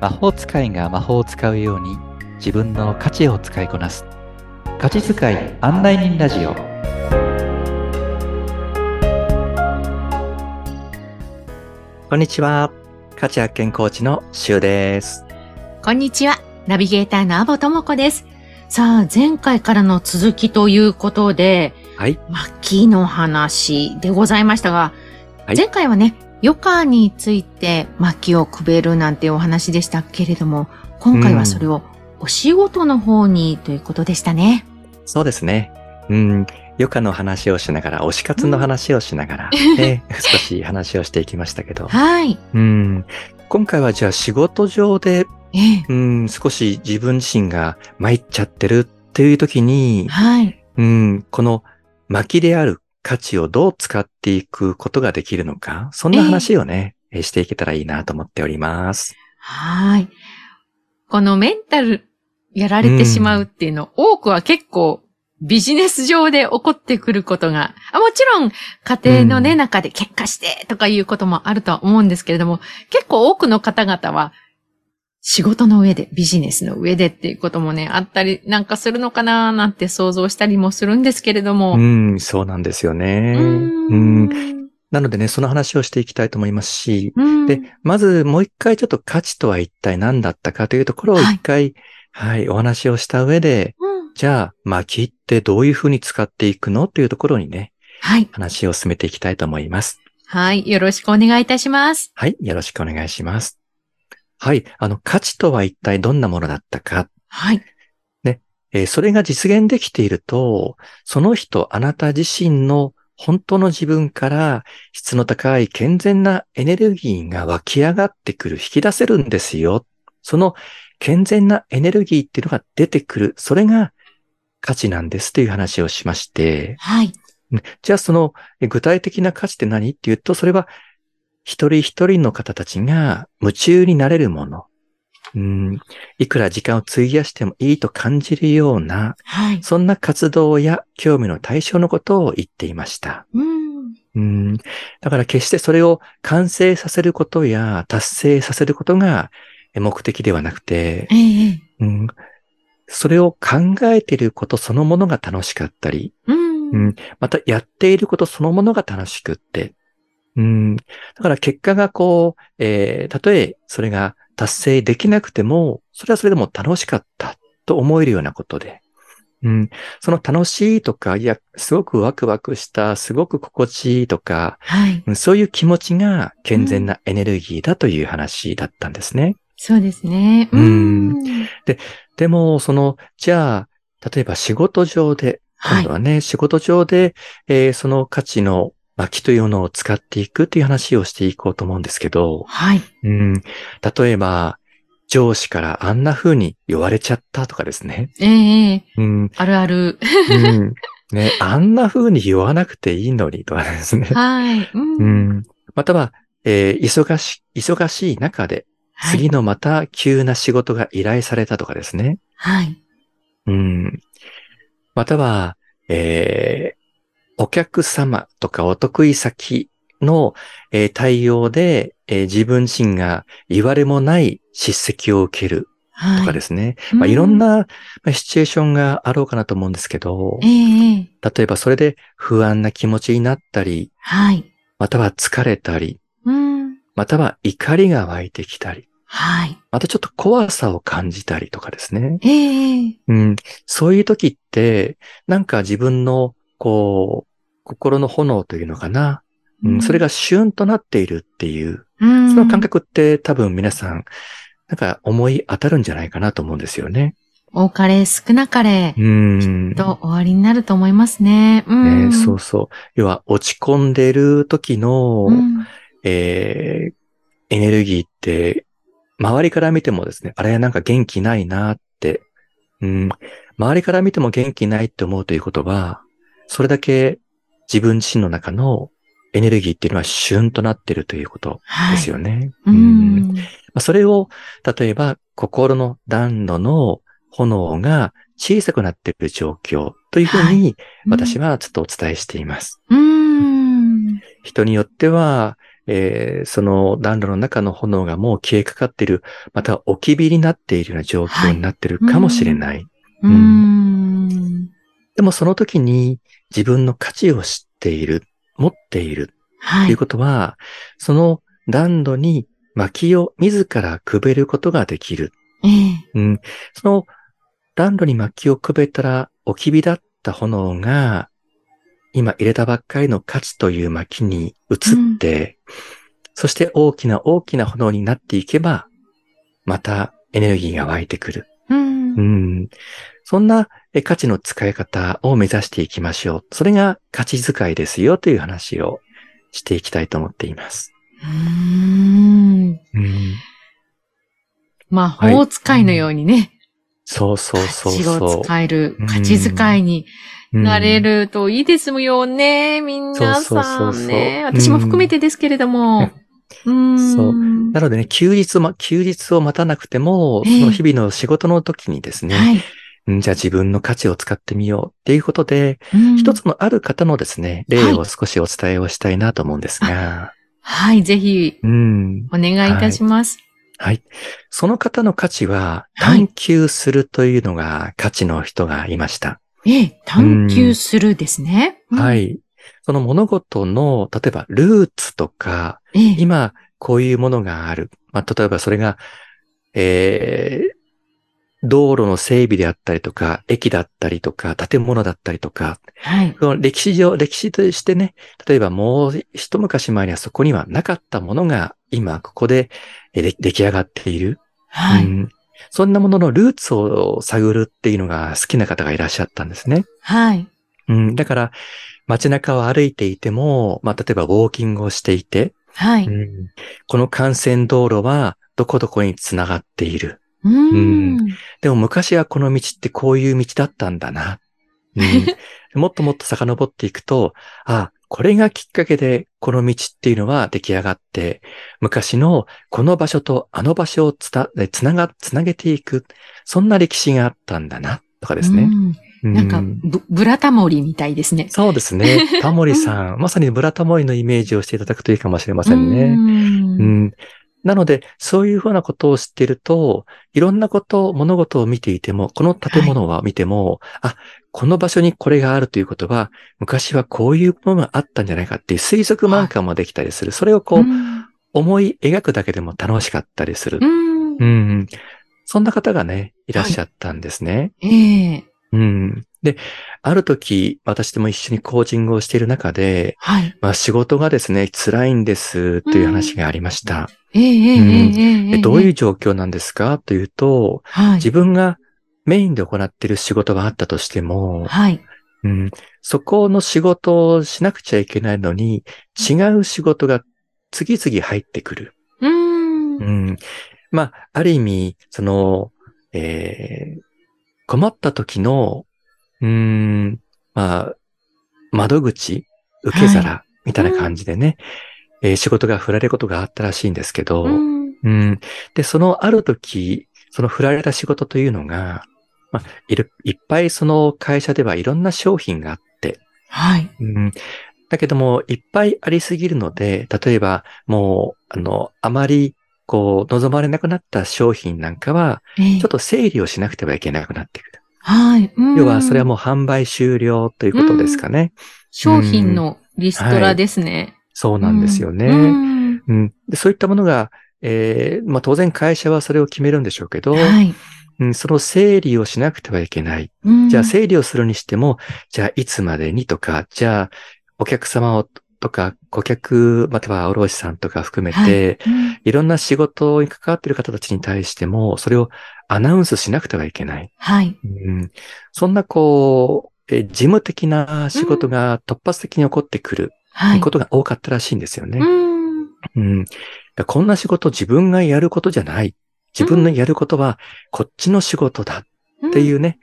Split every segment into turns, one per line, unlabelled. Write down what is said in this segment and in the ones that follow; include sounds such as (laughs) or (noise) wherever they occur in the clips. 魔法使いが魔法を使うように自分の価値を使いこなす価値使い案内人ラジオこんにちは価値発見コーチのしゅうです
こんにちは。ナビゲーターのアボともこです。さあ、前回からの続きということで、
はい
まあ、木の話でございましたが、
はい
前回はね、余暇について薪をくべるなんてお話でしたけれども、今回はそれをお仕事の方にということでしたね。
そうですねうん余暇の話をしながら推し活の話をしながら、ね少し話をしていきましたけど
はい。
うん今回はじゃあ仕事上で
ええ。
うん少し自分自身が参っちゃってるっていう時に、
はい。
うん、この薪である価値をどう使っていくことができるのか、そんな話をね、えーしていけたらいいなと思っております。
はい。このメンタルやられてしまうっていうの、多くは結構ビジネス上で起こってくることが、あもちろん家庭のね、
うん
中で結果してとかいうこともあるとは思うんですけれども、結構多くの方々は仕事の上で、ビジネスの上でっていうこともね、あったりなんかするのかななんて想像したりもするんですけれども。
うん、そうなんですよね。
うー
うん
ん。
なのでね、その話をしていきたいと思いますし、
うん
で、まずもう一回ちょっと価値とは一体何だったかというところを
はい
一回、はい、お話をした上で、
うん
じゃあ、薪ってどういうふうに使っていくのというところにね、
はい。
話を進めていきたいと思います。
はい。よろしくお願いいたします。
はい、よろしくお願いします。はい、あの、価値とは一体どんなものだったか、
はい。
えーそれが実現できていると、その人、あなた自身の本当の自分から質の高い健全なエネルギーが湧き上がってくる、引き出せるんですよ。その健全なエネルギーっていうのが出てくる。それが価値なんですという話をしまして、
はい。
じゃあそのえ具体的な価値って何っていうと、それは一人一人の方たちが夢中になれるもの。うん、いくら時間を費やしてもいいと感じるような、
はい。
そんな活動や興味の対象のことを言っていました。
うん。
うん、だから決してそれを完成させることや達成させることがえ目的ではなくて、
ええ。
うん、それを考えていることそのものが楽しかったり、
うん。
うんまたやっていることそのものが楽しくって。うん。だから結果がこう、えーたとえそれが達成できなくても、それはそれでも楽しかったと思えるようなことで。うん。その楽しいとか、いや、すごくワクワクした、すごく心地いいとか、
はい。
うんそういう気持ちが健全なエネルギーだという話だったんですね。
そうですね。
うん。でも、その、じゃあ、例えば仕事上で、
は
今
い
度。はね、仕事上で、えーその価値の薪というものを使っていくという話をしていこうと思うんですけど、
はい。
うん、例えば、上司からあんな風に言われちゃったとかですね。
ええええ
うん、
ある
(laughs)
ある。
うん、ね、あんな風に言わなくていいのにとかですね。
はい。うん
うん、または、えー忙し、忙しい中で、
はい
次のまた急な仕事が依頼されたとかですね。
はい。
うん。または、えーお客様とかお得意先の、えー対応で、えー自分自身が言われもない叱責を受ける
はい。
とかですね。
うん。
まあ、いろんなまあシチュエーションがあろうかなと思うんですけど
え、えええ
例えばそれで不安な気持ちになったり、
はい。
または疲れたり、
うん。
または怒りが湧いてきたり、
はい。
またちょっと怖さを感じたりとかですね。
ええええ
うん、そういう時って、なんか自分の、こう、心の炎というのかな、うんそれが、シュンとなっているっていう、
うん
その感。覚って多分皆さん、なんか思い当たるんじゃないかなと思うんですよね。
多かれ少なかれ
う、ん。
と終わりになると思いますね。うん。
ね、そうそう。要は落ち込んでる時の、
うん。
えーエネルギーって、周りから見てもですね、あれなんか元気ないなって、うん、周りから見ても元気ないって思うということは、それだけ自分自身の中のエネルギーっていうのは旬となってるということ
はい。
ですよね。
う
うんま
ん。
あそれを、例えば心の暖炉の炎が小さくなっている状況というふうに私
は。
はちょっとお伝えしています。
うん。
人によっては、えーその暖炉の中の炎がもう消えかかっている、また置き火になっているような状況になっているかもしれない。
うーん。
でもその時に自分の価値を知っている、持っている
は
という
い。
ことは、その暖炉に薪を自らくべることができる。
ええ。
うん、その暖炉に薪をくべたら置き火だった炎が、今入れたばっかりの価値という薪に移って、そして大きな大きな炎になっていけば、またエネルギーが湧いてくる。
う。
うんん、そんなえ価値の使い方を目指していきましょう。それが価値使いですよという話をしていきたいと思っています。
うーん。
うん、
魔法使いのようにね、
そうそうそう
価値
そ
を
う。
使える、価値使いになれるといいですよね、みんな
そうそ
さ
うそうんそう
ね。私も含めてですけれども。うーん。
そうなのでね、休日も、休日を待たなくても、そ
ええ
の日々の仕事の時にですね、
はい。
うんじゃあ自分の価値を使ってみようっていうことで、
うん
一つのある方のですね、例を少しお伝えをしたいなと思うんですが、
はい、ぜひ、
うん。
お願いいたします。
はい。その方の価値は、
はい
探求するというのが価値の人がいました。
ええ、探求するですね。。
はいい。その物事の、例えばルーツとか、
ええ、
今、こういうものがある。まあ、例えばそれが、えー道路の整備であったりとか、駅だったりとか、建物だったりとか、
はい。
その歴史上、歴史としてね、例えばもう一昔前にはそこにはなかったものが今ここでえーで出来上がっている、
は
う
い。
んそんなもののルーツを探るっていうのが好きな方がいらっしゃったんですね。
はい。
うん、だから街中を歩いていても、まあ、例えばウォーキングをしていて、
は
う
い。
んこの幹線道路はどこどこにつながっている。
うーん。
でも昔はこの道ってこういう道だったんだ
(laughs)
な。うんもっともっと遡っていくと、あ、これがきっかけでこの道っていうのは出来上がって、昔のこの場所とあの場所をつなえつなが、つなげていく。そんな歴史があったんだな、とかですね。
うんなんか、
うん
ぶ、ブラタモリみたいですね。
そうですね。タモリさ
(laughs)
ん、まさにブラタモリのイメージをしていただくといいかもしれませんね。
うん
うん。なので、そういうふうなことを知っていると、いろんなこと、物事を見ていても、この建物は見ても、あ、この場所にこれがあるということは、昔はこういうものがあったんじゃないかっていう推測なんかもできたりする。それをこう、思い描くだけでも楽しかったりする
う。ん。
うん。そんな方がね、いらっしゃったんですね。
ええ。
うん。で、ある時、私とも一緒にコーチングをしている中で、
はい。
まあ仕事がですね、辛いんですという話がありました。
ええ、ええ、
うん
えええ
え
え。
どういう
う、
状況なんですかというと、
はい。
自分がメインで行っている仕事があったとしても、
はい。
うん、そこの仕事をしなくちゃいけないのに、違う仕事が次々入ってくる。
うー。
うんん、まあ、ある意味、その、えー困った時の、うん、まあ、窓口、受け皿、みたいな感じでね、えー仕事が振られることがあったらしいんですけど、
うん
うん。で、そのある時、その振られた仕事というのが、まあ、いる、いっぱいその会社ではいろんな商品があって、
はい。
うん。だけども、いっぱいありすぎるので、例えば、もう、あの、あまり、こう、望まれなくなった商品なんかは、
ええ
ちょっと整理をしなくてはいけなくなってくる。
はい。
要は、それは
も、
もう販売終了ということですかね。
商品のリストラですね。
そうなんですよね。
うん
うん。でそういったものが、えーまあ当然会社はそれを決めるんでしょうけど、
はい。
うん、その整理をしなくてはいけない。
うん
じゃあ整理をするにしても、じゃあいつまでにとか、じゃあお客様をとか、顧客、または卸さんとか含めて、
うん
いろんな仕事に関わっている方たちに対しても、それをアナウンスしなくてはいけない。
はい。
うん、そんなこう、え事務的な仕事が突発的に起こってくる
はい。
ことが多かったらしいんですよね。
うん
うん。こんな仕事自分がやることじゃない。自分のやることはこっちの仕事だっていうね、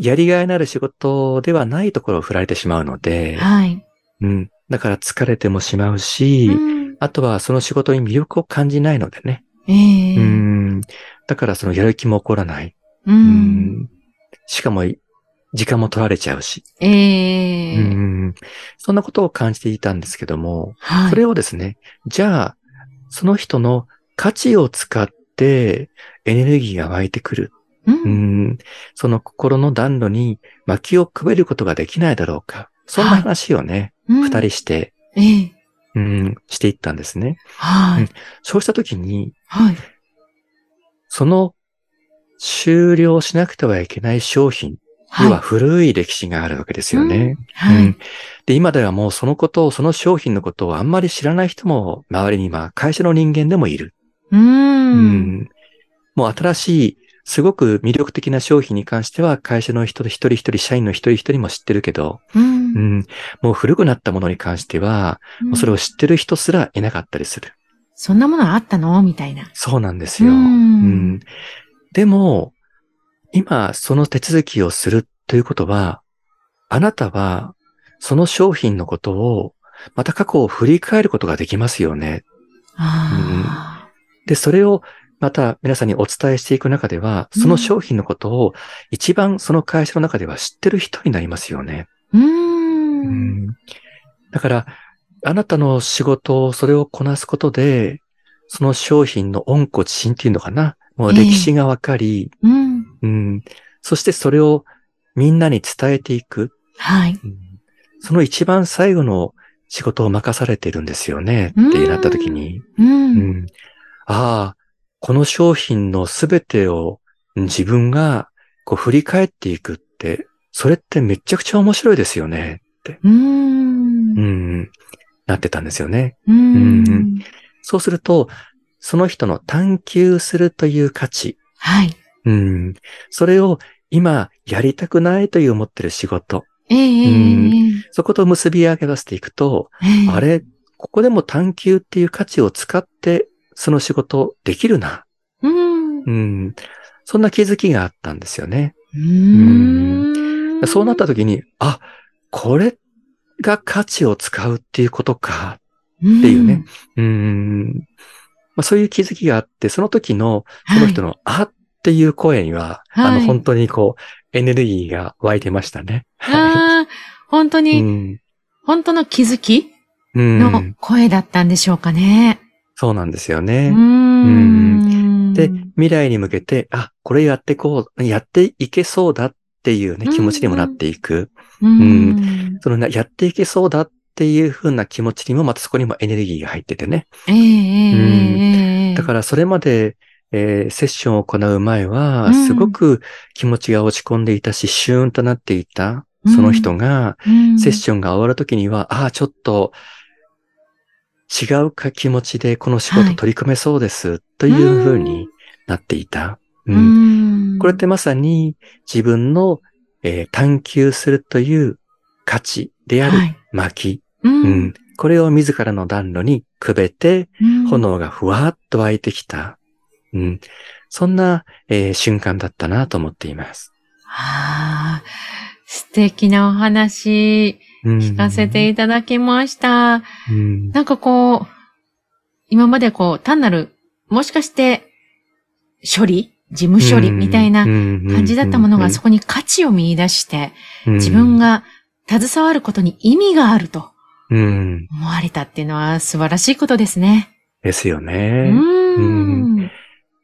やりがいのある仕事ではないところを振られてしまうので、
はい。
うん。だから疲れてもしまうし、
うん
あとはその仕事に魅力を感じないのでね。
ええ
うん。だからそのやる気も起こらない。
う。
うんん。しかも、時間も取られちゃうし、
ええ
うんそんなことを感じていたんですけども、
はい。
それをですね、じゃあ、その人の価値を使ってエネルギーが湧いてくる。
う。
うんんその心の暖炉に薪をくべることができないだろうか。そんな話をね、
二
二、人して、
ええ
うん、していったんですね。
はい。
そうしたときに、
はい。
その終了しなくてはいけない商品
は
に
い。
は古い歴史があるわけですよね。
は
う
い
ん。で、今ではもうそのことを、その商品のことをあんまり知らない人も周りに今、会社の人間でもいる。
うー。
うんもう新しい、すごく魅力的な商品に関しては、会社の人一人一人、社員の一人一人も知ってるけど、
う。
うんん。もう古くなったものに関しては、もうそれを知ってる人すらいなかったりする。
そんなものあったのみたいな。
そうなんですよ。
う
うんん。でも、今、その手続きをするということは、あなたは、その商品のことを、また過去を振り返ることができますよね。
あ
で、それを、また皆さんにお伝えしていく中では、その商品のことを、一番その会社の中では知ってる人になりますよね。
あ。う
う
ー
ん
ん。
だから、あなたの仕事を、それをこなすことで、その商品の恩顧知心っていうのかな。もう
ええ
歴史がわかり、
うん。
うん。そしてそれをみんなに伝えていく。
はい。
その一番最後の仕事を任されているんですよね。
うん
ってなった時に。う
う。
んん。ああ、この商品のすべてを自分がこう振り返っていくって、それってめちゃくちゃ面白いですよね。
うーん。
うん。なってたんですよね。
うー。
うんそうすると、その人の探求するという価値。
はい。
うん。それを今やりたくないという思ってる仕事。
ええええ
そこと結び上げ出していくと、
ええ
あれ、ここでも探求っていう価値を使って、その仕事できるな。
うん。う
うん。そんな気づきがあったんですよね。
ーん。
そうなった時に、あ、これが価値を使うっていうことか。
て
ていうね。うん。まあ、そういう気づきがあって、その時の、その人
の。
の、あっていう声には、あ
は
の、
い
本当にこう、エネルギーが湧いてましたね。
ああ、本当
う
に、
ん。
本当の気づき
うん
の声だったんでしょうかね。
そうなんですよ
う
ね。
ーん。
で未来に向けて、あ、これやってこう、やっていけそうだっていうね、
うん
気持ちにもなっていく。
うーん。
そのな、やっていけそうだっていう風な気持ちにも、またそこにもエネルギーが入っててね。
ええええええ、
だかららそれまで、えーセッションを行う前
う
は、
ん
すごく気持ちが落ち込んでいたし、シューンとなっていた、
うん
その人が、
うん
セッションが終わるときには、ああ、ちょっと、違うか気持ちでこの仕
は
事
い
取り組めそうです、という風になっていた。う
うんん
これってまさに自分の、えー探求するという価値である
はい
薪、
う
うん。これを自らの暖炉にくべて
ん
炎がふわっと湧いてきた。うん、そんな、えー瞬間だったなと思っています。
ああ、素敵なお話、聞
聞
かせていただきました。
うん
なんかこう、今までこう、単なる、もしかして、処理事務処理みたいな感
感
じだったものが、そこに価値を見出して、
うん
自分、が携わることに意味があると
うんうん
思われたっていうのは素晴らしいことですね。
ですよ
う
ね。
ん。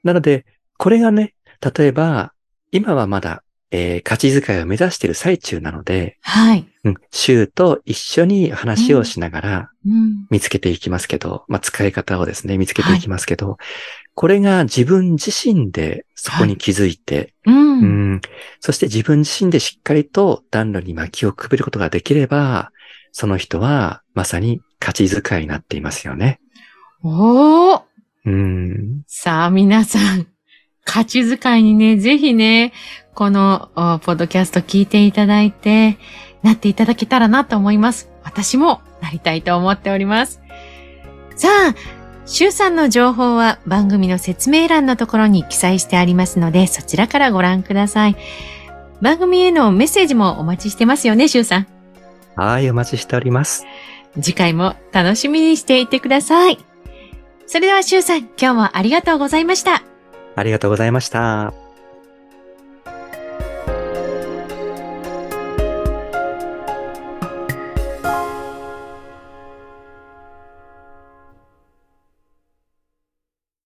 なので、これがね、例えば、今はまだ、えー価値遣いを目指している最中なので、
はい。
うん、週と一緒に話をしながら
うん。
見つけていきますけど、まあ、使い方をですね、見つけていきますけど、これが自分自身でそこに気づいて、
うん。
うん、そして自分自身でしっかりと暖炉に薪をくべることができれば、その人はまさに価値遣いになっていますよね。
おー
うん、
さあ皆さん、 (laughs) 価値遣いにね、ぜひね、このおポッドキャスト聞いていただいて、なっていただけたらなと思います。私もなりたいと思っております。さあ、シュウさんの情報は番組の説明欄のところに記載してありますので、そちらからご覧ください。番組へのメッセージもお待ちしてますよね、シュウさん。
はい、お待ちしております。
次回も楽しみにしていてください。それではシュウさん、今日もありがとうございました。
ありがとうございました。